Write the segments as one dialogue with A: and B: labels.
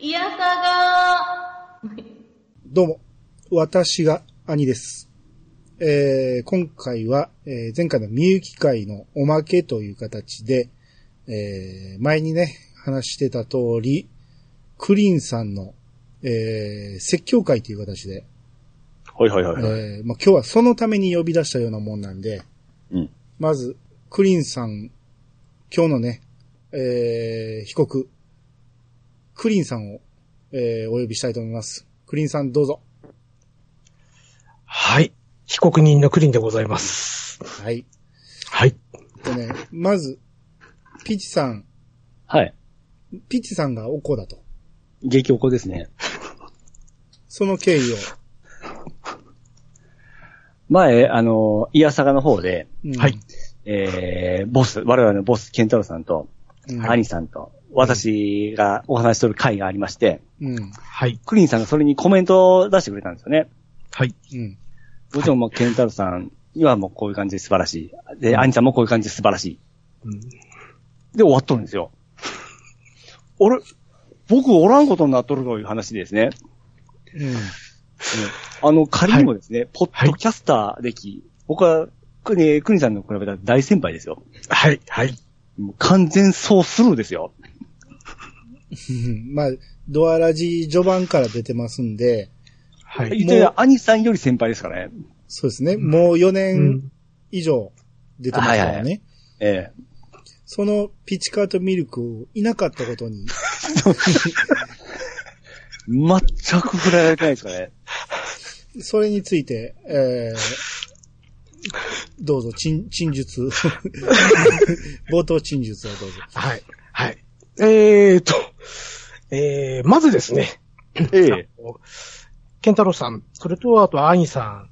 A: いやさが
B: どうも、私が兄です。えー今回は、えー前回のみゆき会のおまけという形で、えー前にね、話してた通り、クリーンさんの、えー説教会という形で、
C: はいはいはいはい。
B: えーまあ、今日はそのために呼び出したようなもんなんで、
C: うん
B: まず、クリンさん、今日のね、えー被告、クリンさんを、えーお呼びしたいと思います。クリンさんどうぞ。
D: はい。被告人のクリンでございます。
B: はい。
D: はい。
B: でね、まず、ピチさん、
C: はい。
B: ピチさんがおこだと。
C: 激おこですね。
B: その経緯を。
C: 前、あの、イヤサガの方で、
B: うん
D: はい。
C: えー、ボス、我々のボス、ケンタロウさんと、
B: うん
C: 兄さんと、私がお話しする会がありまして、
B: うん。
D: はい。
C: クリーンさんがそれにコメントを出してくれたんですよね。
D: はい。
B: うん。
C: もちろんもう、ケンタロウさんにはもうこういう感じで素晴らしい。で、
D: うん
C: 兄さんもこういう感じで素晴らし
D: うん
C: い。で、終わっとるんですよ。あれ僕おらんことになっとるという話でですね。
B: うん。
C: あの、仮にもですね、ポッドキャスター歴、僕は、くね、くにさんの比べたら大先輩ですよ。
D: はい。はい。
C: もう完全そうスルーですよ。
B: うんまあ、ドアラジ序盤から出てますんで、
D: はい。
C: 言ってみれば兄さんより先輩ですからね。
B: そうですね。もう4
D: う
B: 年
D: ん
B: 以上出てますからね。
C: はいはいはえ
B: そのピチカートミルクいなかったことに、
C: え全く振られてないですから ね。
B: それについて、えー、どうぞ、陳陳述。 冒頭陳述をどうぞ。
D: はい。はい。えーと、えー、まずですね、
C: え
D: あのケンタロウさん、それとあとアインさん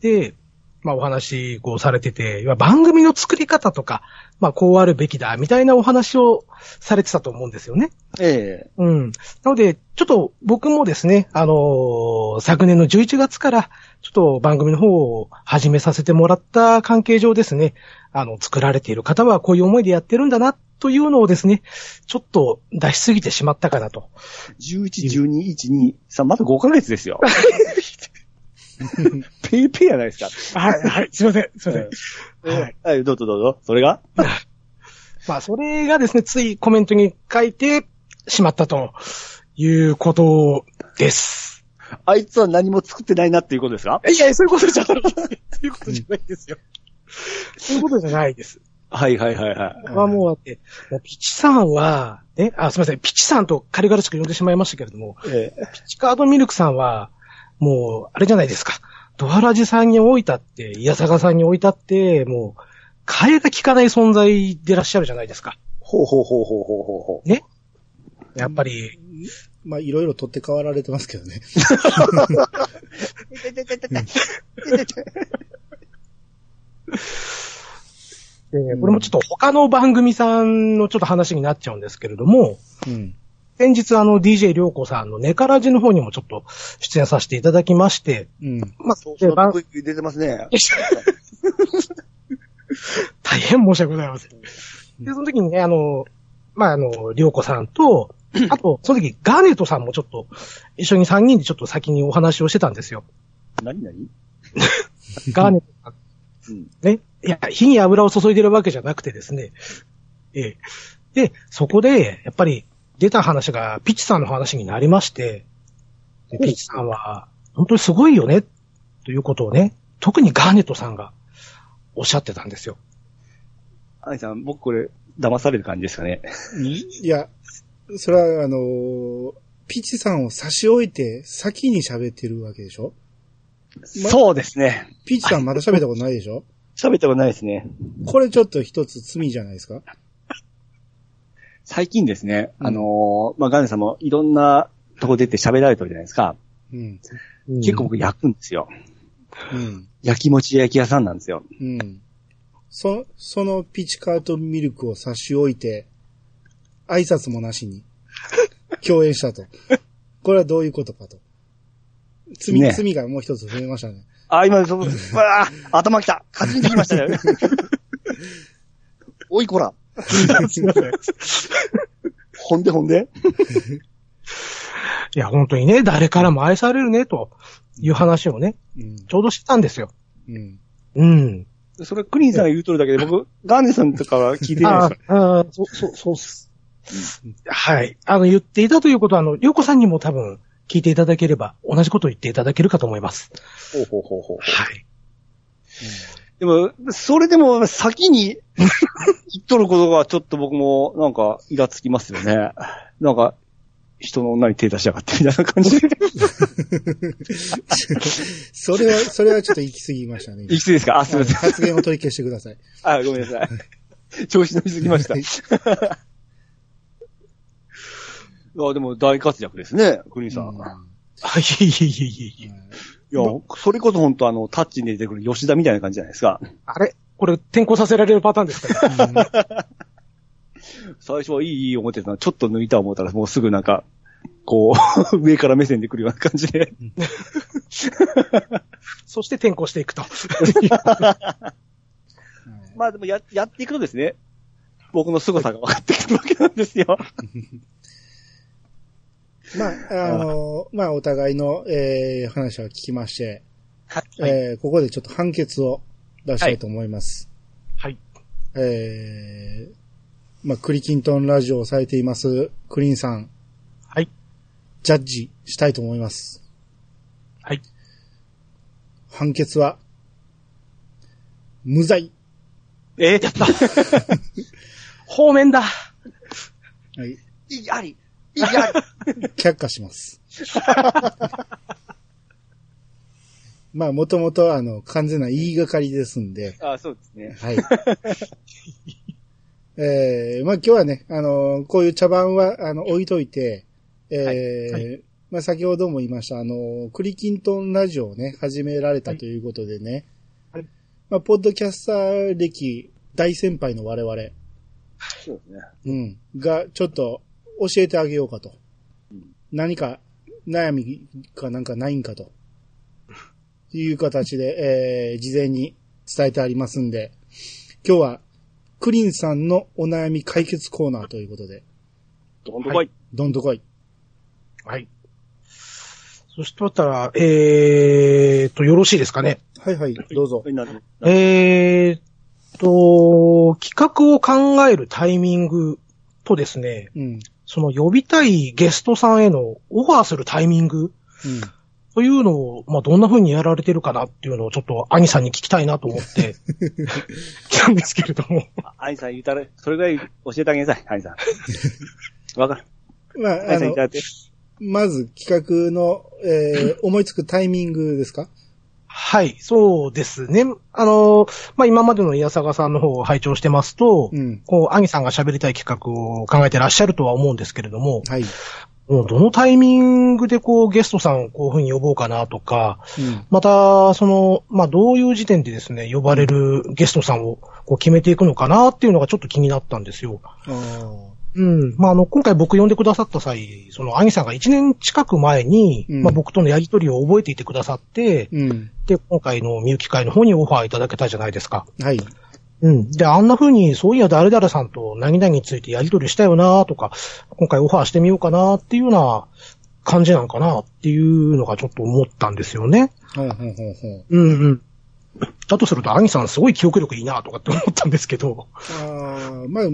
D: で、まあお話をされてて、まあ番組の作り方とか、まあこうあるべきだ、みたいなお話をされてたと思うんですよね。
C: え。ええ。
D: うん。なので、ちょっと僕もですね、あのー昨年の11月から、ちょっと番組の方を始めさせてもらった関係上ですね、あの、作られている方はこういう思いでやってるんだな、というのをですね、ちょっと出しすぎてしまったかなと。
C: 11、12、1、2、3、まだ5ヶ月です よ。ペーペーやないですか。
D: はい、はい、すいません、すい
C: ません
D: は
C: え
D: い
C: えはい、どうぞどうぞ。それが
D: まあ、それがですね、ついコメントに書いてしまったということです。
C: あいつは何も作ってないなっていうことですか
D: いやいや、そういうことじゃない。そういうことじゃないですよ。そういうことじゃないです。
C: はいはいはいはい。
D: はもうだって、もうピチさんは、ね、あ、すみません、ピチさんと軽々しく呼んでしまいましたけれども、
C: ええ。
D: ピチカードミルクさんは、もう、あれじゃないですか。ドアラジさんに置いたって、イヤサガさんに置いたって、もう、替えが効かない存在でいらっしゃるじゃないですか。
C: ほうほうほうほうほうほうほう。
D: やっぱり、
B: まあ、いろいろ取って代わられてますけどね。
D: えーこれもちょっと他の番組さんのちょっと話になっちゃうんですけれども、
B: うん。
D: 先日あの DJ 良子さんのネカラジの方にもちょっと出演させていただきまして、
B: うん。
D: まあ、
C: そう
D: で番
C: 出てますね。
D: 大変申し訳ございません。で、その時にね、あの、まあ、あの、りょうこさん と、あと、その時、ガーネットさんもちょっと、一緒に3人でちょっと先にお話をしてたんですよ。
C: 何何
D: ガーネットさん。
C: うん
D: ね。いや、火に油を注いでるわけじゃなくてですね。ええ。で、そこで、やっぱり、出た話が、ピッチさんの話になりまして、でピッチさんは、本当にすごいよね、ということをね、特にガーネットさんが、おっしゃってたんですよ。
C: アイさん、僕これ、騙される感じですかね。
B: いや、それは、あのーピチさんを差し置いて先に喋ってるわけでしょ
C: そうですね。
B: ピチさんまだ喋ったことないでしょ
C: 喋ったことないですね。
B: これちょっと一つ罪じゃないですか
C: 最近ですね、
B: うん
C: あのーまあ、ガネさんもいろんなとこ出て喋られてるじゃないですか。
B: うん。
C: 結構僕焼くんですよ。
B: うん。
C: 焼き餅焼き屋さんなんですよ。
B: うん。そ、そのピチカートミルクを差し置いて、挨拶もなしに、共演したと。 これはどういうことかと。罪、
C: ね
B: 罪がもう一つ増えましたね。
C: あ、今、そう、うわあ、頭きたかすみてきました ね。おいこら。
D: すいません。
C: ほんでほんで
D: いや、本当にね、誰からも愛されるね、という話をね、
B: うん。
D: ちょうどしてたんですよ。
B: うん。
D: うん。
C: それ、クリーンさんが言うとるだけで、 僕、ガーネさんとかは聞いてない
D: あ
C: で
D: あ、そう、そう、そうっす。はい。あの、言っていたということは、あの、りょうこさんにも多分、聞いていただければ、同じことを言っていただけるかと思います。
C: すか。ほうほうほうほう。
D: はい。
C: でも、それでも先に 言っとることがちょっと僕もなんかイラつきますよね。なんか、人の女に手出しやがってみたいな感じで。
B: それは、それはちょっと行き過ぎましたね。
C: いくつですかあ、すい
B: あの
C: ません。
B: 発言を取り消してください。
C: あ、ごめんなさい。調子乗りすぎました。あでも大活躍ですね、クリーンさん。
B: うん
C: い
D: はい、いえいえいえいえいえ。
C: や、それこそ本当あの、タッチに出てくる吉田みたいな感じじゃないですか。
D: あれこれ、転校させられるパターンですか
C: 最初はいいいい思ってたのちょっと抜いた思ったらもうすぐなんか、こう、 上から目線で来るような感じで。
D: そして転校していくと。
C: まあでもや、やっていくとですね、僕の凄さが分かってくるわけなんですよ。
B: まあ、あの、まあ、お互いの、えー話は聞きまして、
C: はい
B: えーここでちょっと判決を出したいと思います。
D: はい。
B: えーまあ、クリキントンラジオをされています、クリーンさん、
D: はい。
B: ジャッジしたいと思います。
D: はい。
B: 判決は、無罪。
C: えー、やった
D: 方面だ。
B: はい。
C: いいありいいあり
B: 却下し ます。まあ、もともと、あの、完全な言いがかりですんで、
C: あそうですね。
B: はい。 えー、まあ今日はね、あのーこういう茶番は、あの、置いといて、えー
D: はい
B: まあ先ほども言いました、あのークリキントンラジオをね、始められたということでね、
D: はい
B: まあ、ポッドキャスター歴大先輩の我々、
C: そうですね。
B: うん、が、ちょっと、教えてあげようかと。何か、悩みかなんかないんかと。いう形で、えー、事前に伝えてありますんで、今日は、クリンさんのお悩み解決コーナーということで、
C: どんどん来い。
B: どんとこい。
D: はい。そしたら、えーっと、よろしいですかね。
B: はいはい、どうぞ。
C: なる
D: えーっと、企画を考えるタイミングとですね、
B: うん、うん、
D: その呼びたいゲストさんへのオファーするタイミングというのを、まあ、どんな風にやられてるかなっていうのをちょっと兄さんに聞きたいなと思 って、来たんですけれども。
C: あアイさん言うたら、それぐらい教えてあげなさい、アイさん。わ かる。
B: まあ、
C: アイ
B: あ
C: さん言っ
B: の
C: て、あげて。
B: まず企画の、えー、思いつくタイミングですか
D: はい、そうですね。あの、まあ、今までの矢坂さんの方を拝聴してますと、
B: うん。
D: こう、兄さんが喋りたい企画を考えてらっしゃるとは思うんですけれども、
B: はい。
D: もうどのタイミングでこうゲストさんをこういうふうに呼ぼうかなとか、
B: うん。
D: また、その、まあ、どういう時点でですね、呼ばれるゲストさんをこう決めていくのかなっていうのがちょっと気になったんですよ。
B: あー
D: うん。まあ、あの、今回僕呼んでくださった際、その、兄さんが1年近く前に、
B: うん
D: まあ、僕とのやりとりを覚えていてくださって、
B: うん。
D: で、今回のみゆき会の方にオファーいただけたじゃないですか。
B: はい。
D: うん。で、あんな風に、そういや誰々さんと何々についてやり取りしたよなとか、今回オファーしてみようかなっていうような感じなんかなっていうのがちょっと思ったんですよね。
B: ほうほうほうほう。
D: うんうん。だとすると、アニさんすごい記憶力いいなとかって思ったんですけど。
B: ああ、まあ、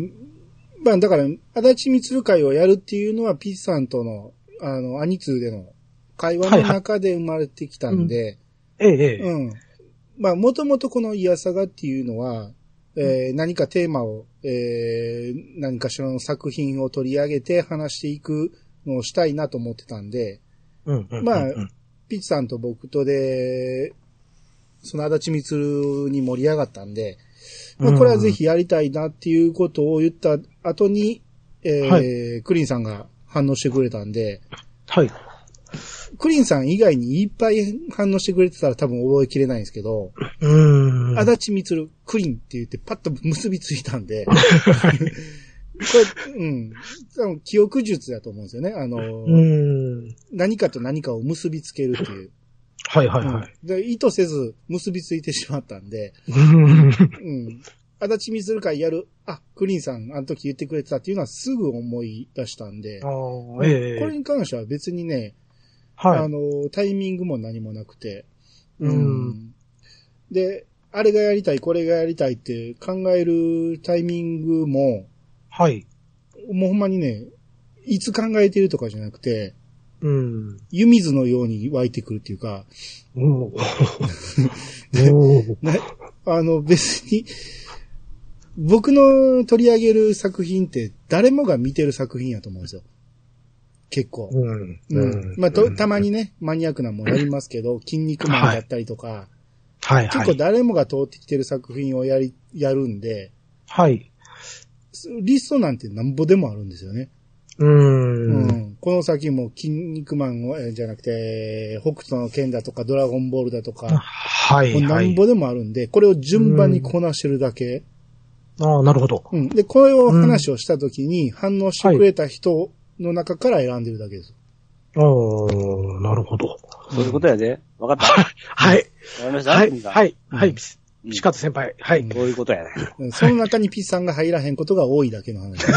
B: まあだから、足立みつる会をやるっていうのは、ピッチさんとの、あの、アニツーでの会話の中で生まれてきたんで、
D: ええ、ええ。
B: うん。まあ、もともとこのイヤサガっていうのは、えー何かテーマを、えー何かしらの作品を取り上げて話していくのをしたいなと思ってたんで、
D: うんうんうんうん。
B: まあピッチさんと僕とで、その足立みつるに盛り上がったんで、まあ、これはぜひやりたいなっていうことを言った後に、えー
D: は
B: クリンさんが反応してくれたんで、
D: はい。
B: クリンさん以外にいっぱい反応してくれてたら多分覚えきれないんですけど、
D: うーん。
B: 足立みつる、クリンって言ってパッと結びついたん で、これ、うん、多分記憶術だと思うんですよね。あの、
D: うーん。
B: 何かと何かを結びつけるっていう。
D: はいはいはい。
B: うんで意図せず結びついてしまったんで、
D: うん。
B: うん。足立みずる会やる、あ、クリーンさん、あの時言ってくれてたっていうのはすぐ思い出したんで、
D: あ
B: こ
D: あ、ええ
B: れに関しては別にね、あ
D: はい。
B: の、タイミングも何もなくて、
D: うん
B: で、あれがやりたい、これがやりたいって考えるタイミングも、
D: はい。
B: もうほんまにね、いつ考えてるとかじゃなくて、
D: うん。
B: 湯水のように湧いてくるっていうか、
D: おー お ー
B: なあの別に、僕の取り上げる作品って誰もが見てる作品やと思うんですよ。結構。
D: うん。
B: うん。まあ、と、たまにね、マニアックなもんやりますけど、筋肉マンだったりとか、
D: はい、は
B: 結構
D: い。
B: 誰もが通ってきてる作品をやり、やるんで、
D: はい。
B: リストなんてなんぼでもあるんですよね。
D: う。
B: うんん。この先も筋肉マンを、えーじゃなくて、北斗の剣だとか、ドラゴンボールだとか、
D: はい、
B: もう
D: は
B: なん
D: い。
B: ぼでもあるんで、これを順番にこなしてるだけ。
D: ああ、なるほど。
B: うん。で、これを話をした時に反応してくれた人の中から選んでるだけです。
D: ああ、なるほど。
C: そういうことやで。わかっ
D: はい。
C: た。わかりました。
D: はい。は
C: はい。
D: い。はい。
C: うん
D: ピカツ先輩。はい。
C: こういうことやね。
B: うんその中にピッさんが入らへんことが多いだけの話、 ね。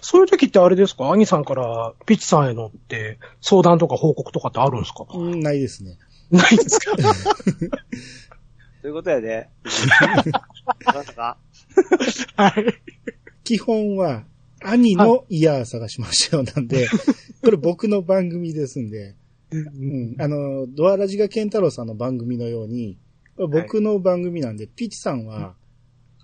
D: そういう時ってあれですか兄さんからピッチさんへのって相談とか報告とかってあるんですか
B: うんないですね。
D: ないですか
C: そういうことやで。なんとか。
D: はい。
B: 基本は、兄のイヤー探しましょうなん で、これ僕の番組ですんで、うん、あの、ドアラジがケンタロウさんの番組のように、僕の番組なんで、ピチさんは、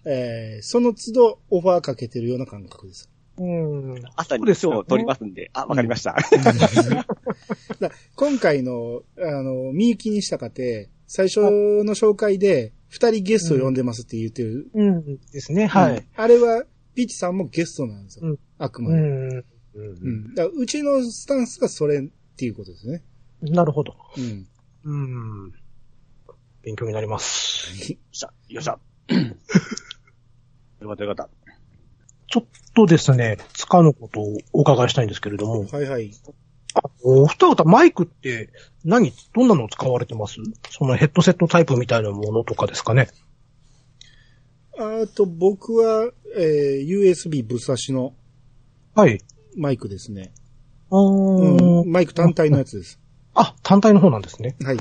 B: えーその都度オファーかけてるような感覚です。
D: うん。
C: 朝に
D: そうですよ
C: 今日撮りますんで。あ、わかりました。
B: だ今回の、あの、みゆきにしたかて、最初の紹介で、二人ゲストを呼んでますって言ってる。
D: うん。ですね。は
B: うん
D: い。
B: あれは、ピチさんもゲストなんですよ。
D: うん
B: あくま
D: う
B: で。
D: ん。
B: うんだからうちのスタンスがそれっていうことですね。
D: なるほど。
B: うん。
D: うん。勉強になります。
C: しゃ、よっ しゃ。よかったよかった。
D: ちょっとですね、つかぬことをお伺いしたいんですけれども、
B: はいはい。
D: お二方マイクって何、どんなのを使われてますそのヘッドセットタイプみたいなものとかですかね。
B: あと、僕は、えー USB ぶっ刺しの
D: はい。
B: マイクですね。
D: あー
B: うん、マイク単体のやつです。
D: あ、単体の方なんですね。
B: はい。
D: う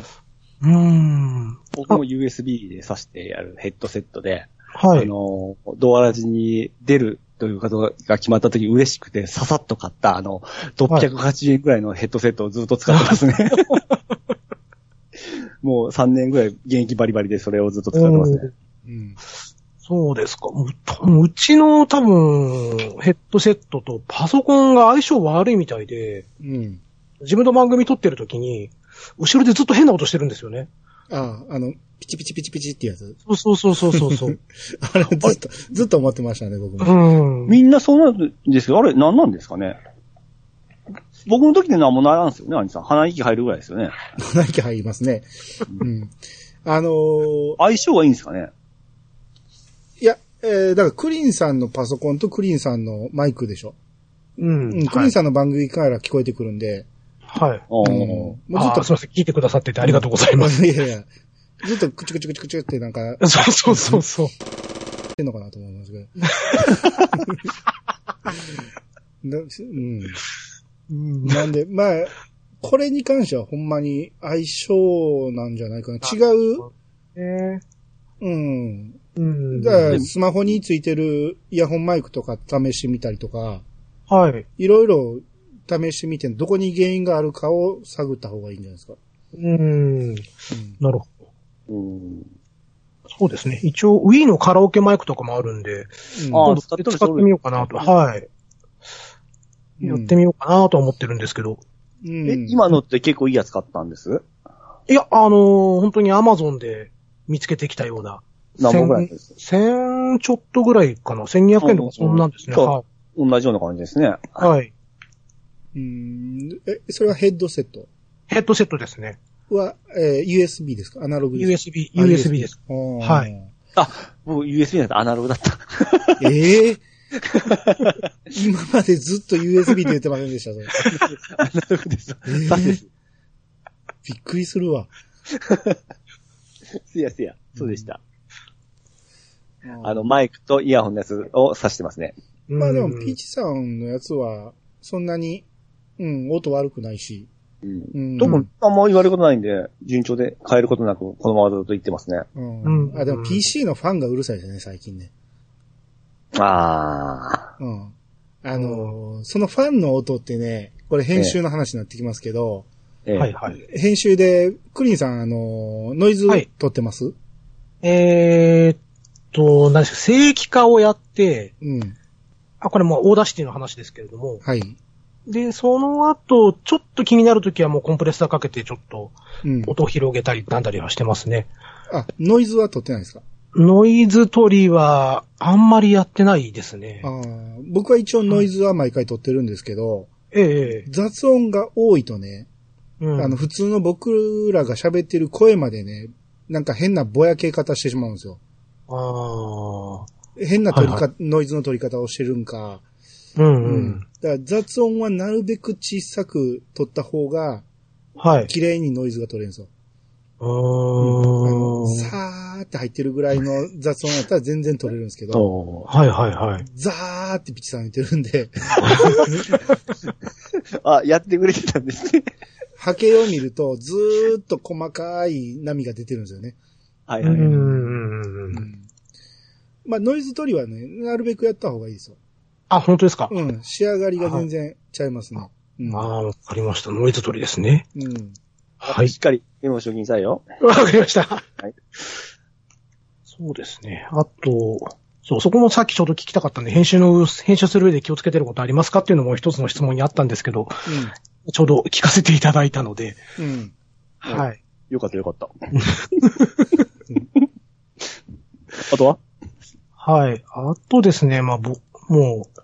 D: ーん。
C: 僕も USB で挿してやるヘッドセットで、
D: は
C: あ
D: い。
C: の、ドアラジに出るということが決まった時嬉しくて、ささっと買った、あの、680円くらいのヘッドセットをずっと使ってますね。もう3年ぐらい現役バリバリでそれをずっと使ってますね。
B: うん。
D: そうですか。うとうちの多分、ヘッドセットとパソコンが相性悪いみたいで、
B: うん。
D: 自分の番組撮ってる時に、後ろでずっと変な音してるんですよね。
B: ああ、あの、ピチピチピチピチってやつ。
D: そうそうそうそうそうそう。
B: あれ、ずっと、ずっと思ってましたね、僕も。
D: うん。
C: みんなそうなんですけど、あれ何なんですかね僕の時で何もならんですよね、兄さん。鼻息入るぐらいですよね。
B: 鼻息入りますね。うん。あのー
C: 相性がいいんですかね
B: いや、えー、だからクリーンさんのパソコンとクリーンさんのマイクでしょ。
D: うん
B: うん、クリーンさんの番組から聞こえてくるんで、
D: はい。はい。
C: おー
B: うんもうずっ
D: あー
B: と
D: すみません。聞いてくださっててありがとうございま す。
B: いやいや、ずっとクチュクチュクチュクチュってなんか、やっ
D: そうそうそうそう。
B: てんのかなと思いますけど。 なうん、
D: うん。
B: なんで、まあ、これに関してはほんまに相性なんじゃないかな。違う、
D: え
B: うん。
D: うん。
B: だからスマホについてるイヤホンマイクとか試してみたりとか、
D: はい。
B: いろいろ試してみて、どこに原因があるかを探った方がいいんじゃないですか。
D: うん。
B: うん
D: なるほど。
C: うん。
D: そうですね。一応、Wii のカラオケマイクとかもあるんで、
C: あ
D: 今
C: ー
D: 度それ使ってみようかなと。はい。
B: うん
D: やってみようかなとは思ってるんですけど。
B: うん
C: え、今のって結構いいやつ買ったんです
D: いや、あのー本当に Amazon で見つけてきたような。
C: 何本ぐらいです
D: 1000ちょっとぐらいかな。1200円とかそんなんですね。
C: そう
D: はい。
C: 同じような感じですね。
D: はい。
B: うん。え、それはヘッドセット
D: ヘッドセットですね。
B: は、えー USB ですかアナログですか
D: USB、USB です。。は
C: あ、僕 USB だったアナログだ った。
B: ええ 今までずっと USB って言ってませんでした、それ。
C: アナログです。
B: ー
C: そうです。
B: びっくりするわ。
C: すやすや。そうでした。あの、マイクとイヤホンのやつを挿してますね。
B: まあでも、ピーチさんのやつは、そんなに、うん、音悪くないし。
C: うん。
B: うん。
C: どこ、あんま言われることないんで、順調で変えることなく、このままだと言ってますね。
B: うん。
D: うん
B: あ、でも PC のファンがうるさいですね、最近ね。
C: ああ。
B: うん。あのー、そのファンの音ってね、これ編集の話になってきますけど、
C: ええ
D: はいはい。
B: 編集で、クリンさん、あのー、ノイズ
D: はい
B: 撮ってます、
D: えーっと、何ですか、正規化をやって、
B: うん。
D: あ、これもうオーダーシティの話ですけれども、
B: はい。
D: で、その後、ちょっと気になるときはもうコンプレッサーかけてちょっと
B: うん。
D: 音を広げたりなんだりはしてますね。
B: あ、ノイズは撮ってないですか
D: ノイズ取りはあんまりやってないですね
B: あ。ー僕は一応ノイズは毎回撮ってるんですけど、
D: ええ、
B: 雑音が多いとね、
D: うん
B: あの、普通の僕らが喋ってる声までね、なんか変なぼやけ方してしまうんですよ。
D: ああ。
B: 変な取りか、
D: はい
B: ノイズの取り方をしてるんか。
D: うん
B: う
D: うん。
B: だから雑音はなるべく小さく取った方が、
D: はい。
B: 綺麗にノイズが取れるんですよ。
D: う
B: あの
D: ーん。
B: さーって入ってるぐらいの雑音やったら全然取れるんですけど、
C: そ
D: はいはいはい。
B: ザーってピチさん言ってるんで、
C: う。あ、やってくれてたんですね。
B: 波形を見るとずーっと細かい波が出てるんですよね。
C: はいうはい。
D: ん
B: う。んまあノイズ取りはね、なるべくやった方がいいですよ。
D: あ、本当ですか。
B: うん、仕上がりが全然ちゃいますね。うん。
D: ああ、わかりました。ノイズ取りですね。
B: うん。
D: はい
C: し。っかり、メモしときにさいよ。。
D: わかりました。はいそうですね。あと、そう、そこもさっきちょうど聞きたかったんで、編集の、編集する上で気をつけてることありますかっていうのも一つの質問にあったんですけど、ちょうど聞かせていただいたので、
B: うん。うん。
C: はい
D: はい。
C: よかったよか った。あとは
D: はい。あとですね、まあ、僕、もう、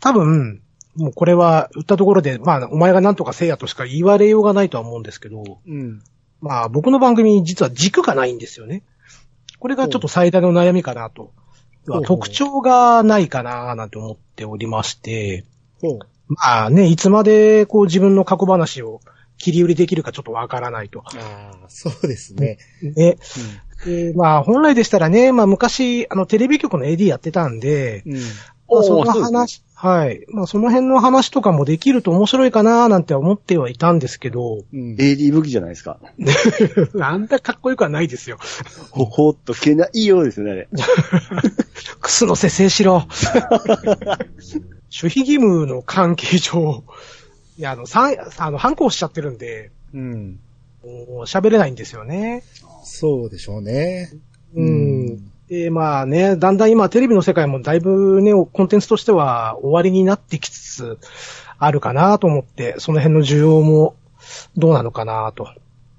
D: 多分、もうこれは言ったところで、まあ、お前が何とかせいやとしか言われようがないとは思うんですけど、
B: うん。
D: まあ、僕の番組実は軸がないんですよね。これがちょっと最大の悩みかなと。
B: ほ
D: 要は
B: う
D: 特徴がないかななんて思っておりまして、
B: ほう。
D: まあね、いつまでこう自分の過去話を切り売りできるかちょっとわからないと。
B: ああ、そうですね。
D: ね。でまあ、本来でしたらね、まあ昔、あの、テレビ局の AD やってたんで、
B: うん。うん。
D: まあ、そ
C: おー
D: の
C: そうで
D: 話、はい。まあ、その辺の話とかもできると面白いかなーなんて思ってはいたんですけど、
B: うん。
C: AD 武器じゃないですか。
D: なんだかっこよくはないです よ。
C: ほほっとけないようですよね、あれ。
D: クスのせせし ろ。守秘義務の関係上、いや、あの、さんあの、反抗しちゃってるんで、
B: うん。
D: もう喋れないんですよね。
B: そうでしょうね。
D: うん。で、まあね、だんだん今テレビの世界もだいぶね、コンテンツとしては終わりになってきつつあるかなと思って、その辺の需要もどうなのかなと。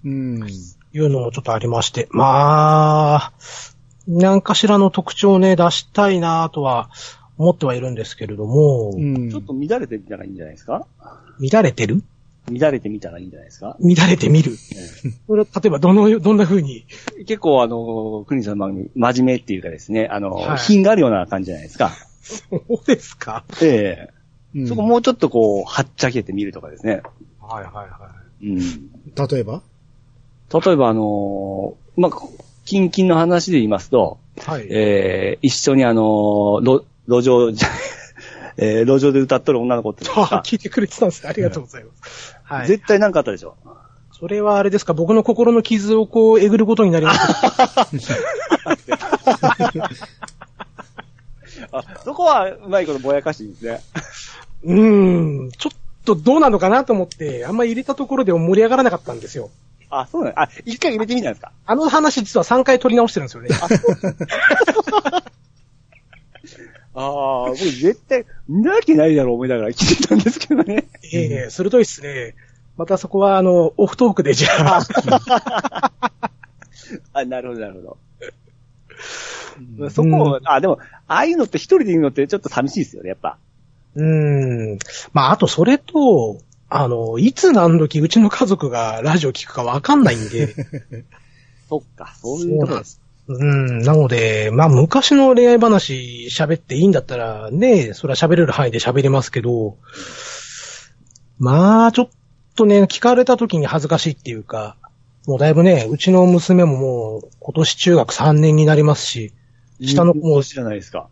B: うん。
D: いうのもちょっとありまして。まあ、何かしらの特徴をね、出したいなとは思ってはいるんですけれども、
B: うん。
C: ちょっと乱れてみたらいいんじゃないですか
D: 乱れてる
C: 乱れてみたらいいんじゃないです か
D: 乱れてみる。これは例えば、どの、どんな風に。
C: 結構あの、クリンさんの番組、真面目っていうかですね、あの、
D: はい
C: 品があるような感じじゃないですか。
D: そうですか
C: え
B: う
C: え
B: ん
C: そこもうちょっとこう、はっちゃけてみるとかですね。
D: はいはいはい。
C: うん。
B: 例えば
C: 例えばあのーまあ、キンキンの話で言いますと、
D: はい。
C: ええ一緒にあのー路、路上じゃ、 えー路上で歌っとる女の子って言うんです
D: あ
C: か、
D: 聞いてくれてたんですね。ありがとうございます。 はい。
C: 絶対なんかあったでしょ。
D: それはあれですか、僕の心の傷をこう、えぐることになります。
C: あ、そこはうまいことぼやかしていいですね。
D: うーん、ちょっとどうなのかなと思って、あんまり入れたところで盛り上がらなかったんですよ。
C: あ、そうなのあ、一回入れてみたんですか
D: あの話実は3回取り直してるんですよね。
C: ああ、僕絶対、なわけないだろう思いながら聞いてたんですけどね。
D: ええ鋭いっすね。またそこは、あの、オフトークでじゃあ、
C: あ、なるほど、なるほど。まあそこを、あ、でも、ああいうのって一人でいるのってちょっと寂しいですよね、やっぱ。
D: うーん。まあ、あとそれと、あの、いつ何時うちの家族がラジオ聞くかわかんないんで、
C: そっか、そういうとこです。
D: うん、なので、まあ、昔の恋愛話喋っていいんだったら、ね、それは喋れる範囲で喋れますけど、まあ、ちょっとね、聞かれた時に恥ずかしいっていうか、もうだいぶね、うちの娘ももう、今年中学3年になりますし、下の子も
C: うじゃないですか。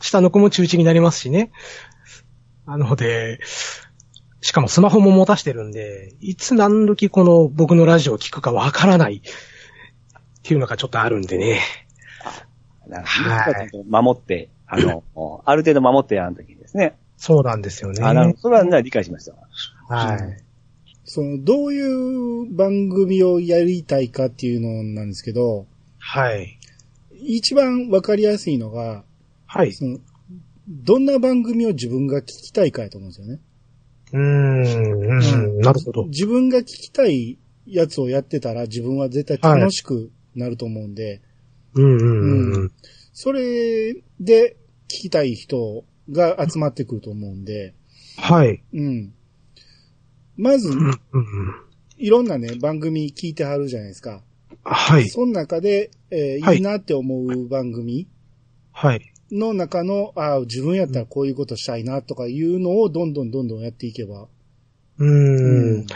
D: 下の子も中1になりますしね。なので、しかもスマホも持たしてるんで、いつ何時この僕のラジオを聞くかわからないっていうのがちょっとあるんでね。
C: なんか
D: はい
C: 守って、あの、 ある程度守ってやるときですね。
D: そうなんですよね。
C: あ、なるほど。それはね理解しました。
D: はい。
B: その、どういう番組をやりたいかっていうのなんですけど、
D: はい。
B: 一番わかりやすいのが、
D: はい。う
B: その、どんな番組を自分が聞きたいかやと思うんですよね。
D: ーん、うん、なるほど。
B: 自分が聞きたいやつをやってたら自分は絶対楽しくなると思うんで、
D: うん、うん、うん。
B: それで聞きたい人が集まってくると思うんで、
D: はい。
B: うん。まず
D: う、ん、うん。
B: いろんなね、番組聞いてはるじゃないですか。
D: はい。
B: その中で、えー
D: はい
B: いいなって思う番組
D: はい。
B: の中の、ああ、自分やったらこういうことしたいなとかいうのをどんどんどんどんやっていけば。
D: うーん。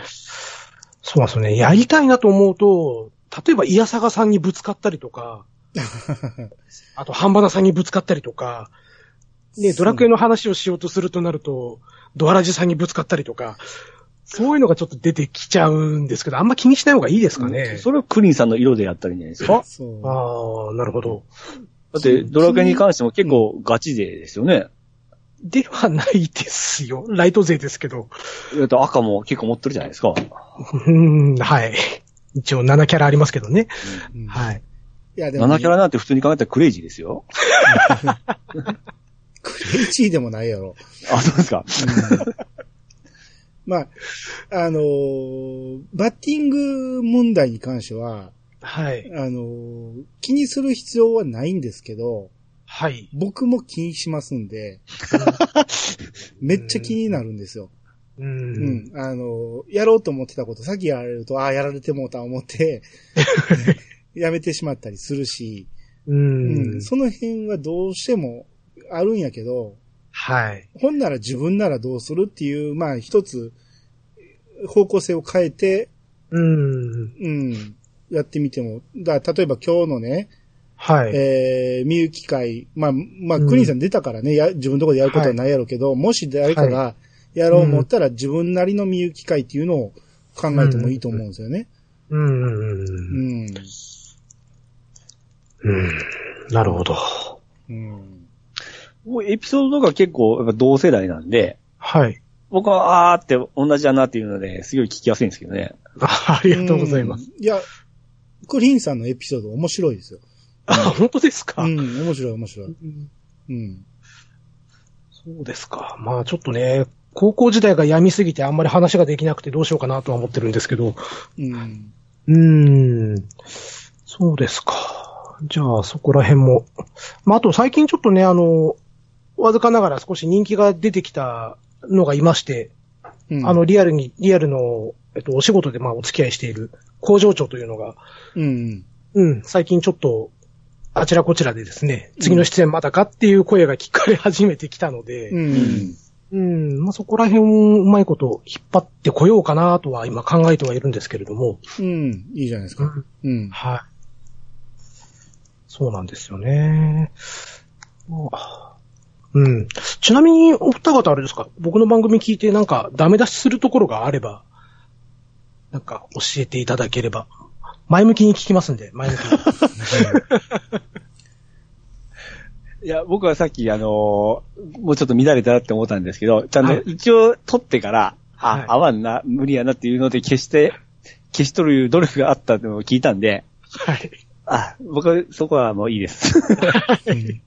D: そうなんですよね。やりたいなと思うと、例えば、イヤサガさんにぶつかったりと か、あと、ハンバナさんにぶつかったりとか、ね、ドラクエの話をしようとするとなると、ドアラジさんにぶつかったりとか、そういうのがちょっと出てきちゃうんですけど、あんま気にしない方がいいですかね。
C: それをクリンさんの色でやったらいいんじゃないですか。
B: そう。
D: ああ、なるほど。
C: だって、ドラクエに関しても結構ガチ勢ですよね。
D: ではないですよ。ライト勢ですけど。
C: だって赤も結構持ってるじゃないですか。
D: うーん、はい。一応7キャラありますけどね。
B: うん
D: はい。
B: いや、でも、
C: 7キャラなんて普通に考えたらクレイジーですよ。
B: クレイジーでもないやろ。
C: あ、そうですか。
B: まあ、あのーバッティング問題に関しては、
D: はい。
B: あのー気にする必要はないんですけど、
D: はい。
B: 僕も気にしますん で、めっちゃ気になるんですよ。
D: う。
B: うんん。あのーやろうと思ってたこと、さっきやられると、ああ、やられてもうた思 って、やめてしまったりするし、う
D: う
B: んん。。その辺はどうしてもあるんやけど、
D: はい。
B: ほんなら自分ならどうするっていう、まあ一つ、方向性を変えて、
D: うん。
B: うん、やってみても。だ例えば今日のね、
D: はい。
B: えー、みゆき会、まあ、まあ、
D: うん
B: クリーンさん出たからね、や、自分のとこでやることはないやろうけど、もし誰かがやろう思ったら、自分なりのみゆき会っていうのを考えてもいいと思うんですよね。
D: う
B: う
D: んう。
B: んん。
D: うん。なるほど。
B: うん。
C: もうエピソードとか結構やっぱ同世代なんで、
D: はい。
C: 僕はあーって同じだなっていうので、すごい聞きやすいんですけどね。
D: あありがとうございます。
B: うん。いや、クリーンさんのエピソード面白いですよ。
D: あ、本当ですか、
B: うん、面白い面白い。うん。
D: そうですか。まあちょっとね、高校時代が病みすぎてあんまり話ができなくてどうしようかなとは思ってるんですけど。
B: うん。
D: うーん。そうですか。じゃあ、そこら辺も。まあ、あと最近ちょっとね、あの、わずかながら少し人気が出てきたのがいまして、
B: うん
D: あ、の、リアルに、リアルの、えっと、お仕事でまあ、お付き合いしている工場長というのが、
B: うん。
D: うん、最近ちょっと、あちらこちらでですね、次の出演まだかっていう声が聞かれ始めてきたので、
B: う
D: うん、
B: ん。
D: まあ、そこら辺をうまいこと引っ張ってこようかなとは今考えてはいるんですけれども、
B: うん。いいじゃないですか。うん。
D: はい。そうなんですよね。あうん。ちなみに、お二方あれですか僕の番組聞いてなんかダメ出しするところがあれば、なんか教えていただければ。前向きに聞きますんで、前向き に。
C: いや、僕はさっき、あのーもうちょっと乱れたなって思ったんですけど、ちゃん
D: はい
C: と一応撮ってから、
D: はい
C: あ、合わんな、無理やなっていうので消して、消し取る努力があったのを聞いたんで、
D: はい。
C: あ、僕はそこはもういいです。
B: うん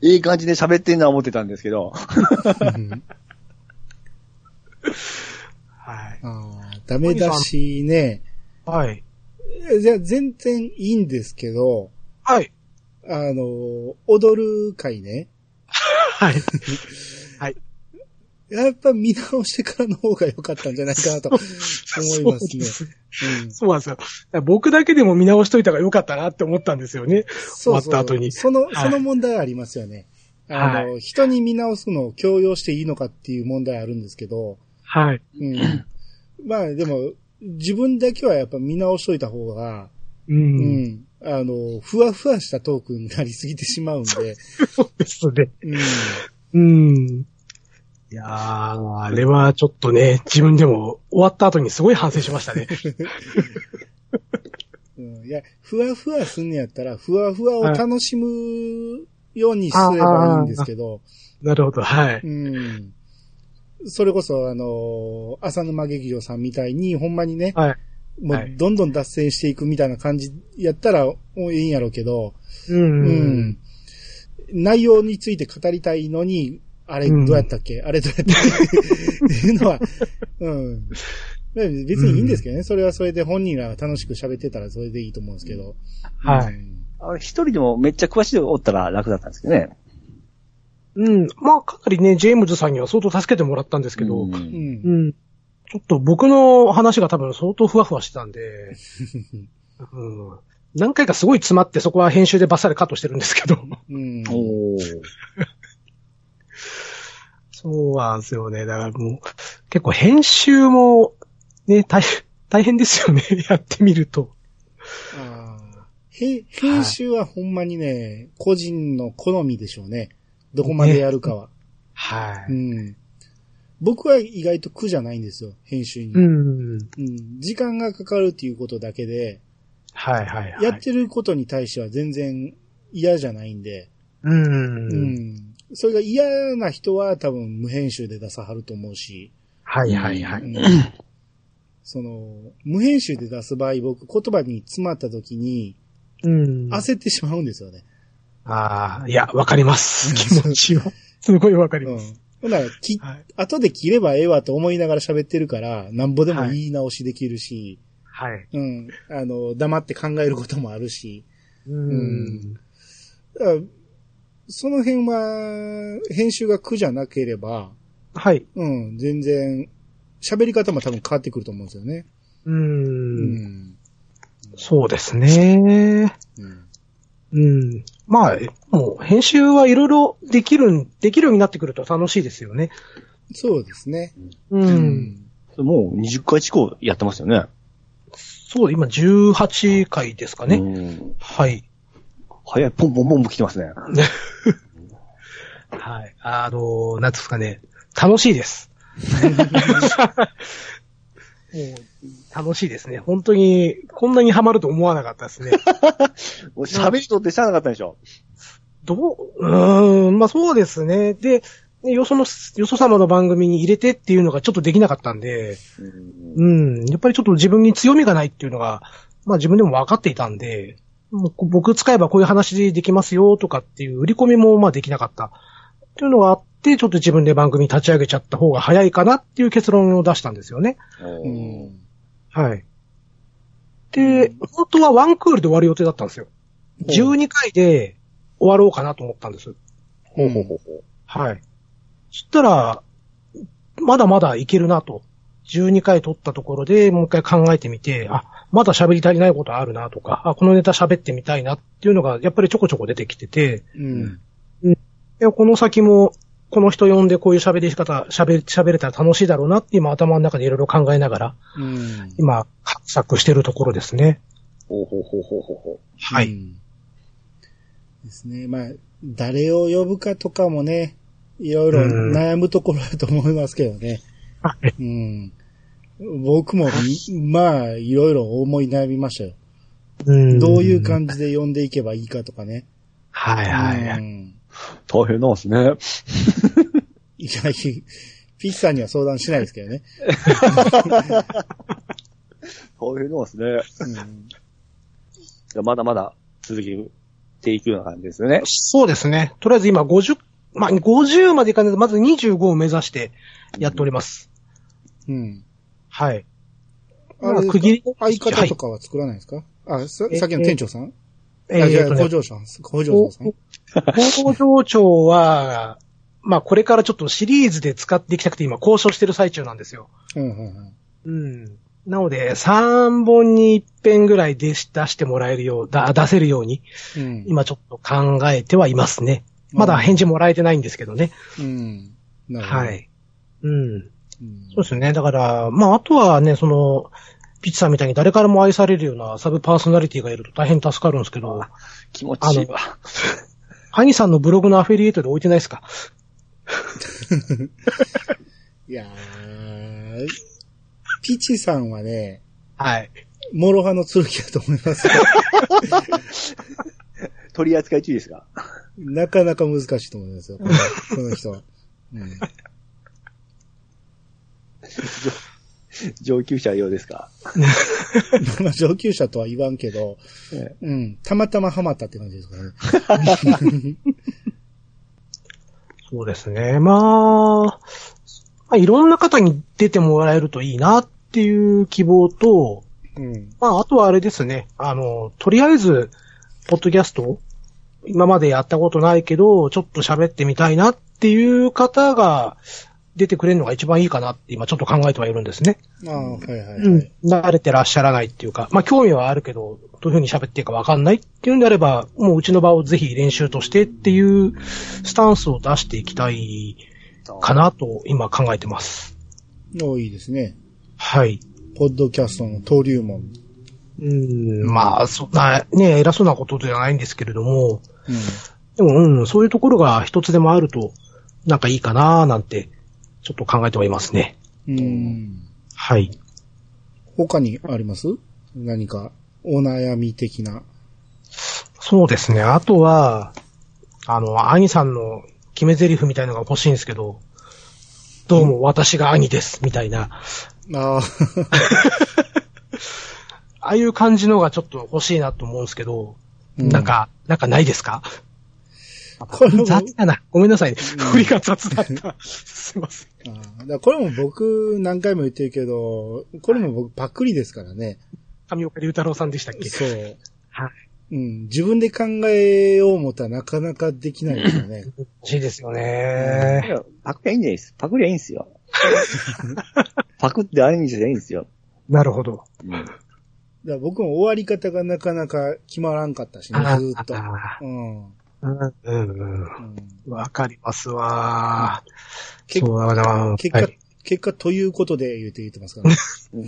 C: いい感じで喋ってんな思ってたんですけど、
B: うん
D: はい。
B: あーダメ出しね。
D: はい。
B: いや全然いいんですけど、
D: はい。
B: あの、踊る会ね。
D: はい。
B: やっぱ見直してからの方が良かったんじゃないかなと思いますね。
D: そうですそうなんですよ。だから僕だけでも見直しといた方が良かったなって思ったんですよね。
B: 終
D: 終わった後に
B: その、
D: い
B: その問題はありますよね。あの、人に見直すのを強要していいのかっていう問題はあるんですけど、
D: はい。
B: うん、まあでも、自分だけはやっぱ見直しといた方が、
D: う。
B: うんん、あの、ふわふわしたトークになりすぎてしまうんで、
D: そうですね。
B: うん。
D: うん。いやー、あれはちょっとね、自分でも終わった後にすごい反省しました ね。
B: うんいや、ふわふわすんねやったら、ふわふわを楽しむようにすればいいんですけど、
D: なるほど、はい。
B: うん。それこそ、あの、浅沼劇場さんみたいに、ほんまにね、
D: はい。
B: も
D: は
B: う
D: い
B: どんどん脱線していくみたいな感じやったら、もういいんやろうけど、
D: う。
B: うんん。内容について語りたいのに、あれ
D: う
B: ど
D: ん
B: うやったっけ、あれどうやったっけっていうのは、うん。別にいいんですけどね、それはそれで本人が楽しく喋ってたらそれでいいと思うんですけど。
D: はい
B: うん
C: あれ一人でもめっちゃ詳しい人がおったら楽だったんですけどね。
D: うん。まあ、かなりね、ジェームズさんには相当助けてもらったんですけど、
C: う
D: うんん。
B: う。ん。
D: ちょっと僕の話が多分相当ふわふわしてたん で、うん。何回かすごい詰まってそこは編集でバッサリカットしてるんですけど。
B: うん。
C: おー
D: そうなんですよね。だからもう、結構編集も、ね、大変、大変ですよね。 やってみると。
B: あーへ編集はほんまにね、個人の好みでしょうね。どこまでやるかは。
D: は
B: う
D: い。
B: ん。僕は意外と苦じゃないんですよ、編集に。
D: う
B: う
D: ん。
B: ん時間がかかるっていうことだけで、
D: はいはいはい。
B: やってることに対しては全然嫌じゃないんで、
D: うん。
B: うんそれが嫌な人は多分無編集で出さはると思うし、
D: はいはいは
B: う
D: い。
B: んその、無編集で出す場合、僕言葉に詰まった時に
D: うん。
B: 焦ってしまうんですよね。
D: ああ、いや、わかります。気持ちは。 すごいわかり
B: うん
D: ます。。
B: ほんなら、き、
D: はい。
B: 後で切ればええわと思いながら喋ってるから、なんぼでも言い直しできるし、
D: はい。
B: うん。あの、黙って考えることもあるし、
D: うん。
B: だからその辺は、編集が苦じゃなければ、
D: はい。
B: うん、全然、喋り方も多分変わってくると思うんですよね。
D: うん。
B: ん。
D: そうですね。
B: うん
D: うん。まあ、もう、編集はいろいろできるん、できるようになってくると楽しいですよね。
B: そうですね。
D: う。。
B: うん
C: もう20回近くやってますよね。
D: そう、今18回ですかね。
C: うん
D: はい。
C: 早い、ポンポンポンポン来てますね。
D: はい。あの、なんですかね。楽しいです。もう楽しいですね。本当に、こんなにハマると思わなかったですね。
C: もう喋りとってしゃあなかったでしょ。
D: どう、うーん、まあそうですね。で、ねよその、よそ様の番組に入れてっていうのがちょっとできなかったんで、うん、やっぱりちょっと自分に強みがないっていうのが、まあ自分でも分かっていたんで、もうこ僕使えばこういう話できますよとかっていう売り込みもまあできなかったっていうのがあって、ちょっと自分で番組立ち上げちゃった方が早いかなっていう結論を出したんですよね。
B: う
C: うん
B: ん。
D: はい。で、本当はワンクールで終わる予定だったんですよ。12回で終わろうかなと思ったんです。
C: ほうほうほうほう。
D: はい。そしたら、まだまだいけるなと。12回撮ったところでもう一回考えてみて、あ、まだ喋り足りないことあるなとか、あ、このネタ喋ってみたいなっていうのがやっぱりちょこちょこ出てきてて、
B: うん。
D: いやこの先もこの人呼んでこういう喋り方、喋、喋れたら楽しいだろうなって今頭の中でいろいろ考えながら、
B: うん。
D: 今、画策してるところですね。
C: ほうほうほうほうほうほ
D: は
B: う
D: い。
B: ん。ですね。まあ、誰を呼ぶかとかもね、いろいろ悩むところだと思いますけどね。
D: はい
B: うん。僕も、まあ、いろいろ思い悩みましたよ。どういう感じで呼んでいけばいいかとかね。
D: はいはいは
B: う
D: い。
B: ん
C: う。大変なんですね。
B: いや、ピッチさんには相談しないですけどね。
C: 大変なんですね。
B: うん
C: じゃあまだまだ続けていくような感じですよね。
D: そうですね。とりあえず今50、まあ、50までいかないと、まず25を目指してやっております。
B: うん。
D: はい。
B: あ
D: ま
B: れ
D: あ
B: ですか
D: 区切り
B: 相方とかは作らないですか、あ、ささっきの店長さん、
D: え
B: あ、じゃ
D: ー
B: あ
D: と
B: 工
D: ね
B: 場さん、工場さん。
D: 工場長は、まあこれからちょっとシリーズで使っていきたくて今交渉してる最中なんですよ。
B: うん、うん、
D: うん。なので、3本に1編ぐらいでし出してもらえるよう、だ出せるように、
B: うん。
D: 今ちょっと考えてはいますね。まだ返事もらえてないんですけどね。
B: うん。なるほど。
D: は。い。うん。
B: うん
D: そうですね。だから、まあ、あとはね、その、ピッチさんみたいに誰からも愛されるようなサブパーソナリティがいると大変助かるんですけど、
C: 気持ちいいわ。
D: ハニさんのブログのアフィリエイトで置いてないですか
B: いやー、ピチさんはね、
D: はい。
B: モロハの剣だと思い ます。
C: 取り扱い注意ですが。
B: なかなか難しいと思いますよ、このこの人は。うん
C: 上級者用ですか。
B: まあ上級者とは言わんけど、
C: え
B: うん、たまたまハマったって感じですかね。
D: そうですね。まあ、まあ、いろんな方に出てもらえるといいなっていう希望と、
B: うん。
D: まあ、あとはあれですね。あの、とりあえず、ポッドキャスト、今までやったことないけど、ちょっと喋ってみたいなっていう方が出てくれるのが一番いいかなって今ちょっと考えてはいるんですね。
B: ああ、はいはいはい。
D: うん。慣れてらっしゃらないっていうか、まあ興味はあるけど、どういうふうに喋っていいかわかんないっていうんであれば、もううちの場をぜひ練習としてっていうスタンスを出していきたいかなと今考えてます。
B: おいいですね。
D: はい。
B: ポッドキャストの登竜門。
D: うん、まあ、そんな、ね、偉そうなことじゃないんですけれども、
B: うん。
D: でも、うん、そういうところが一つでもあると、なんかいいかななんて、ちょっと考えてはいますね。
B: うん。
D: はい。
B: 他にあります何か、お悩み的な。
D: そうですね。あとは、あの、兄さんの決め台詞みたいのが欲しいんですけど、どうも私が兄です、みたいな、
B: ああ、
D: ああいう感じのがちょっと欲しいなと思うんですけど、
B: うん
D: なんか、なんかないですか
B: これも、あ
D: 雑だな。ごめんなさいね。振りが雑だった。すいません。
B: あだからこれも僕何回も言ってるけど、これも僕パクリですからね。
D: 上岡龍太郎さんでしたっけ
B: そう。
D: はい。
B: うん。自分で考えよう思ったらなかなかできないです よね。
D: 欲しいですよね。
C: パクりゃいいんです。パクりゃいいんです よ。パクってある意味じゃいいんですよ。
D: なるほど。
B: だから僕も終わり方がなかなか決まらんかったしね、ず
D: あ
B: ーっと。
D: あ
B: うん。うん
D: うんうんうん。わかりますわー。
B: 結
D: そうだな
B: 結果、
D: はい
B: 結果ということで言うて言ってますからね。うん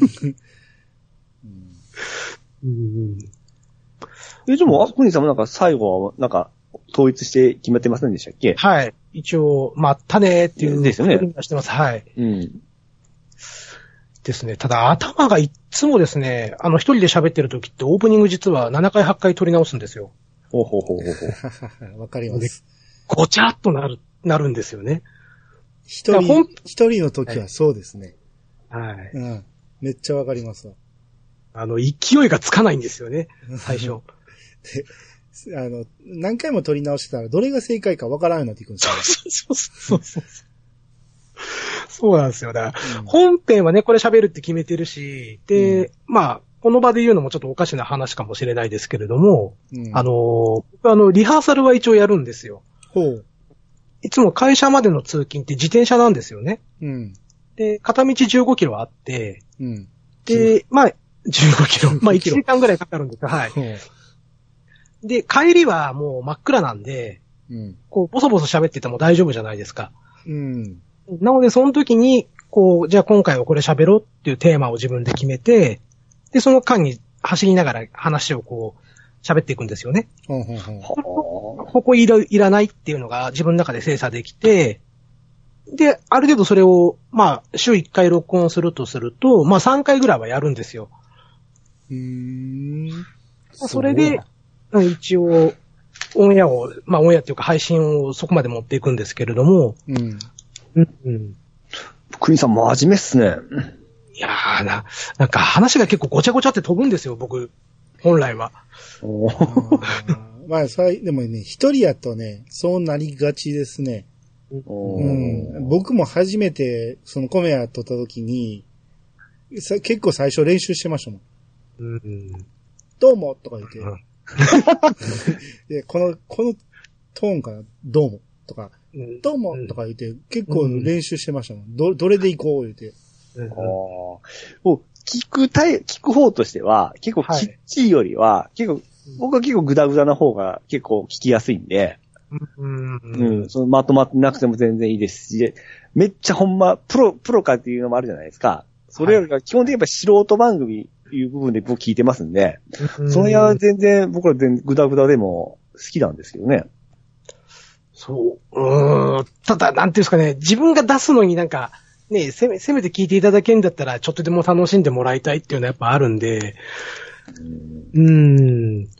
D: うん
C: え、でも、あ、クニさんもなんか最後は、なんか、統一して決めてませんでしたっけ
D: はい。一応、まあ、たねーっていう。
C: ですよね
D: はしてます。はい。
C: うん。
D: ですね。ただ、頭がいっつもですね、あの、一人で喋ってる時ってオープニング実は7回8回取り直すんですよ。
C: ほうほうほうほうほう。
B: わかります。
D: ごちゃっとなる、なるんですよね。
B: 一
D: いや
B: 人
D: ほん、
B: 一人の時はそうですね。
D: はい。
B: うん。めっちゃわかりますわ。
D: あの、勢いがつかないんですよね。最初。
B: あの、何回も撮り直してたら、どれが正解かわからんようになっていくんですよ。
D: そうそうそうそう。そうなんですよ。だから、
B: うん
D: 本編はね、これ喋るって決めてるし、で、まあ、この場で言うのもちょっとおかしな話かもしれないですけれども、
B: うん
D: あの、僕あの、リハーサルは一応やるんですよ。
B: ほう。
D: いつも会社までの通勤って自転車なんですよね。
B: うん。
D: で、片道15キロあって、
B: うん。
D: で、まあ、15キロ。まあ、1
B: キロ
D: 時間ぐらいかかるんですよ。はい。
B: ほう。
D: で、帰りはもう真っ暗なんで、
B: うん。
D: こう、ボソボソ喋ってても大丈夫じゃないですか。
B: うん。
D: なので、その時に、こう、じゃあ今回はこれ喋ろうっていうテーマを自分で決めて、で、その間に走りながら話をこう、喋っていくんですよね。
B: ほうほうほう。
C: は
D: ここいらいらないっていうのが自分の中で精査できて、で、ある程度それを、まあ、週1回録音するとすると、まあ3回ぐらいはやるんですよ。
B: うーん。
D: まあそれで、うん一応、オンエアを、まあオンエアっていうか配信をそこまで持っていくんですけれども、
B: うん。
D: うんうん、
C: あ。クニさん真面目っすね。
D: いやーな、なんか話が結構ごちゃごちゃって飛ぶんですよ、僕、本来は。
C: お
B: あ
C: ー
B: ーまあ、それ、でもね、一人やとね、そうなりがちですね。
C: お
B: う
C: ー
B: ん。僕も初めて、その米屋撮った時に、さ結構最初練習してましたもん。
D: うん、
B: どうもとか言って
D: うん。
B: で、この、このトーンかなどうもとか、
D: うん
B: どうもとか言って、結構練習してましたもん。ど、どれで行こう言って。
D: う
C: お
D: ん
C: ーもう聞くたい、聞く方としては、結構
D: はい
C: きっちりよりは、結構
D: うん、
C: 僕は結構グダグダな方が結構聞きやすいんで、
D: うんう
C: うんん、そのまとまってなくても全然いいですし、めっちゃほんま、プロ、プロかっていうのもあるじゃないですか。それよりか、基本的にやっぱ素人番組いう部分で僕聞いてますんで、
D: うん
C: それは全然僕ら全然グダグダでも好きなんですけどね。
D: そう。うーん。ただ、なんていうんですかね、自分が出すのになんか、ね、せめ、せめて聞いていただけんだったら、ちょっとでも楽しんでもらいたいっていうのはやっぱあるんで、うーん。ど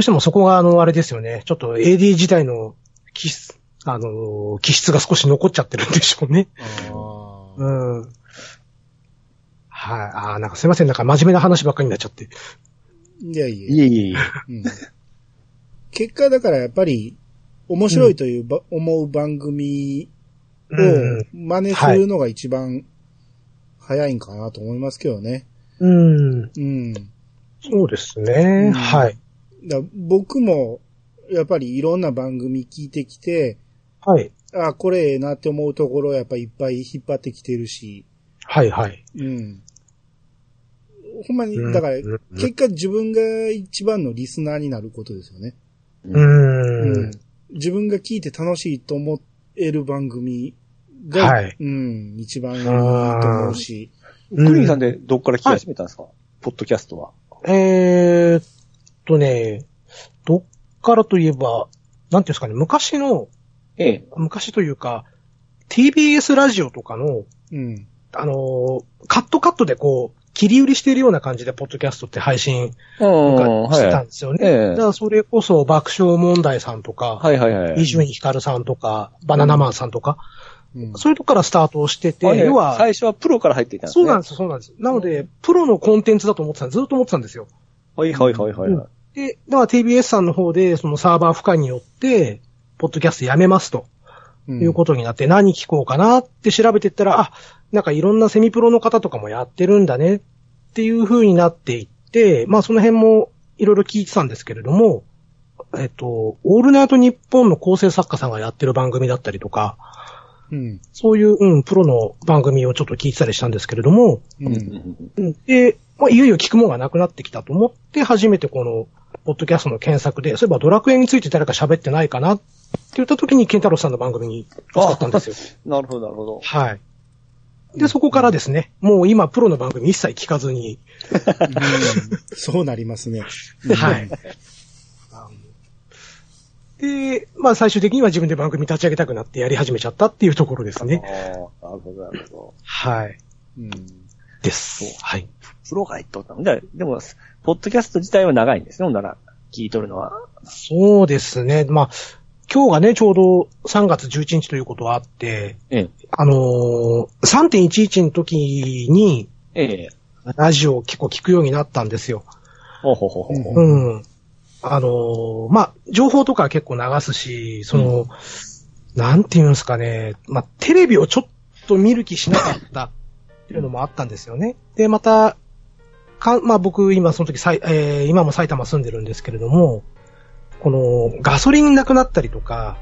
D: うしてもそこが、あの、あれですよね、ちょっと AD 自体の気質、あの、気質が少し残っちゃってるんでしょうね。
B: あー
D: うん。はい。あーなんかすいません、なんか真面目な話ばっかりになっちゃって。
B: いやいや
C: いえいえいえ。
B: うん結果だからやっぱり面白いというば、思う番組を
D: うん。
B: 真似するのが一番早いんかなと思いますけどね。
D: うん。
B: うん。だ
D: そうですね。
B: うん
D: はい。
B: 僕もやっぱりいろんな番組聞いてきて、
D: はい。
B: あこれええなって思うところやっぱりいっぱい引っ張ってきてるし、
D: はい、はい。
B: うん。ほんまに
D: う、ん
B: だから、
D: うん
B: 結果自分が一番のリスナーになることですよね。
D: う
B: うん
D: ん。
B: 自分が聞いて楽しいと思える番組が、
D: はい
B: うん、一番いいと思うし、
D: うん
C: クリーンさんでどっから聞き始めたんですか、ポッドキャストは。
D: えー、っとね、どっからといえば、なんていうんですかね、昔の、
C: ええ。
D: 昔というか、TBS ラジオとかの、
B: うん。
D: あのーカットカットでこう、切り売りしているような感じで、ポッドキャストって配信
C: うん
D: がしてたんですよね。
C: ええ
D: だからそれこそ爆笑問題さんとか、
C: はいはいはい。
D: 伊集院光さんとか、バナナマンさんとか、
B: うん。
D: そういうとこからスタートをしてて、
C: はいはい
D: 要は、
C: 最初はプロから入っていたんです
D: そ
C: ね。
D: うなん
C: で
D: ですよ、そうなんです。なので、プロのコンテンツだと思ってたんですずっと思ってたんですよ。
C: す。はいはいはいはい。
D: うんで、だから TBS さんの方で、そのサーバー負荷によって、ポッドキャストやめますと
B: うん
D: いうことになって、何聞こうかなって調べてったら、あ、なんかいろんなセミプロの方とかもやってるんだねっていう風になっていって、まあその辺もいろいろ聞いてたんですけれども、えっと、オールナイト日本の構成作家さんがやってる番組だったりとか、
B: うん。
D: そういう、うん、プロの番組をちょっと聞いてたりしたんですけれども、
B: う。
C: うんん
D: で、まあ、いよいよ聞くもんがなくなってきたと思って、初めてこの、ポッドキャストの検索で、そういえばドラクエについて誰か喋ってないかなって言った時に、ケンタロウさんの番組に使ったんですよ。
C: なるほどなるほど。
D: はい。で、そこからですね、もう今、プロの番組一切聞かずに、
B: そうなりますね。
D: はい。あので、まあ最終的には自分で番組立ち上げたくなってやり始めちゃったっていうところですね。
C: ああ、なるほどなるほど。
D: はい。
B: うん。
D: です。はい。
C: プロが入っとったのじゃあでも、ポッドキャスト自体は長いんですね、ほんなら。聞いとるのは。
D: そうですね。まあ、今日がね、ちょうど3月11日ということはあって、
C: ええ。
D: あのー、3.11の時に、
C: ええ。
D: ラジオを結構聞くようになったんですよ。
C: ほうほうほうほう。
B: う
D: うん。あのーまあ、情報とか結構流すし、その、なんていうんですかね、まあ、テレビをちょっと見る気しなかったっていうのもあったんですよね。で、また、か、まあ、僕、今、その時、さいえー今も埼玉住んでるんですけれども、この、ガソリンなくなったりとか、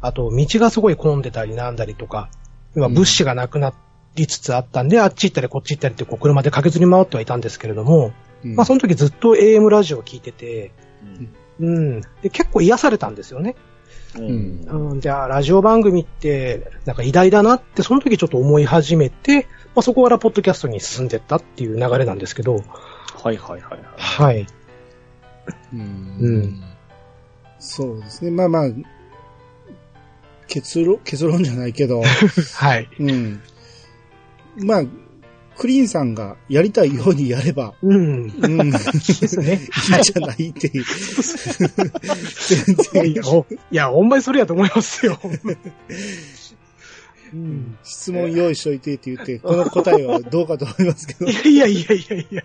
D: あと、道がすごい混んでたりなんだりとか、今、物資がなくなりつつあったんで、あっち行ったりこっち行ったりって、こう、車で駆けずり回ってはいたんですけれども、
B: うん
D: まあその時ずっと AM ラジオを聞いてて、
C: うん
D: うん。で、結構癒されたんですよね。
C: うん
D: うん。で、あラジオ番組って、なんか偉大だなって、その時ちょっと思い始めて、まあそこからポッドキャストに進んでったっていう流れなんですけど、
C: はいはいはいはい。
D: はい。
B: うん
D: うん
B: そうですね。まあまあ、結論、結論じゃないけど、
D: はい。
B: うん。まあ、クリーンさんがやりたいようにやれば、
D: うん。
B: うん。
D: ですね。
B: いいじゃないっていう。全然
D: いや、おいや、ほんまにそれやと思いますよ。うん、
B: 質問用意しといてって言って、この答えはどうかと思いますけど
D: い。やいやいやいやいや。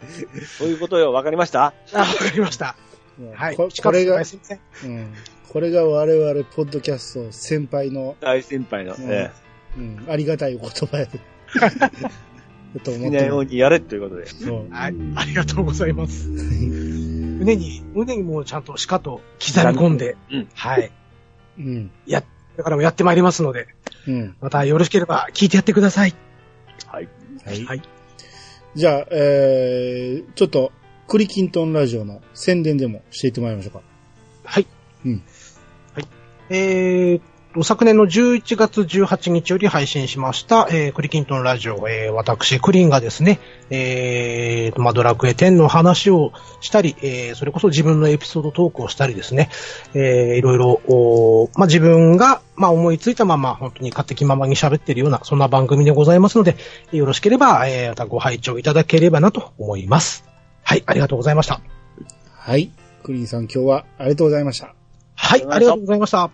C: そういうことよ、わかりました
D: あ、わかりました。 はい。
B: こ
D: 近
B: こ
D: く
B: れ
D: 先
B: が
D: 輩、すいません。
B: うん、これが我々、ポッドキャスト先輩の、
C: 大先輩の。
B: うん
C: え
B: うん、ありがたいお言葉やでだと
C: え。
B: 思
C: 好
B: っ
C: きな
B: て
C: よう
B: る。
C: にやれ ということで。
B: そう
D: はい。ありがとうございます。胸に、胸にもうちゃんとしかと刻み込んで、
C: うん
D: はい。
B: うん。
D: だからもうやってまいりますので、
B: うん。
D: またよろしければ聞いてやってください。
C: はい。
B: はい。
D: はい
B: じゃあ、えー、ちょっと、クリキントンラジオの宣伝でもしていってもらいましょうか。
D: はい。
B: うん。
D: はい。えーっと、と、昨年の11月18日より配信しました、えークリキントンラジオ、えー私、クリンがですね、えーまあ、ドラクエ10の話をしたり、えーそれこそ自分のエピソードトークをしたりですね、えーいろいろ、おーまあ、自分が、まあ、思いついたまま、本当に勝手気ままに喋ってるような、そんな番組でございますので、よろしければ、えーまたご拝聴いただければなと思います。はい、ありがとうございました。
B: はい。クリーンさん今日はありがとうございました。
D: はい、ありがとうございました。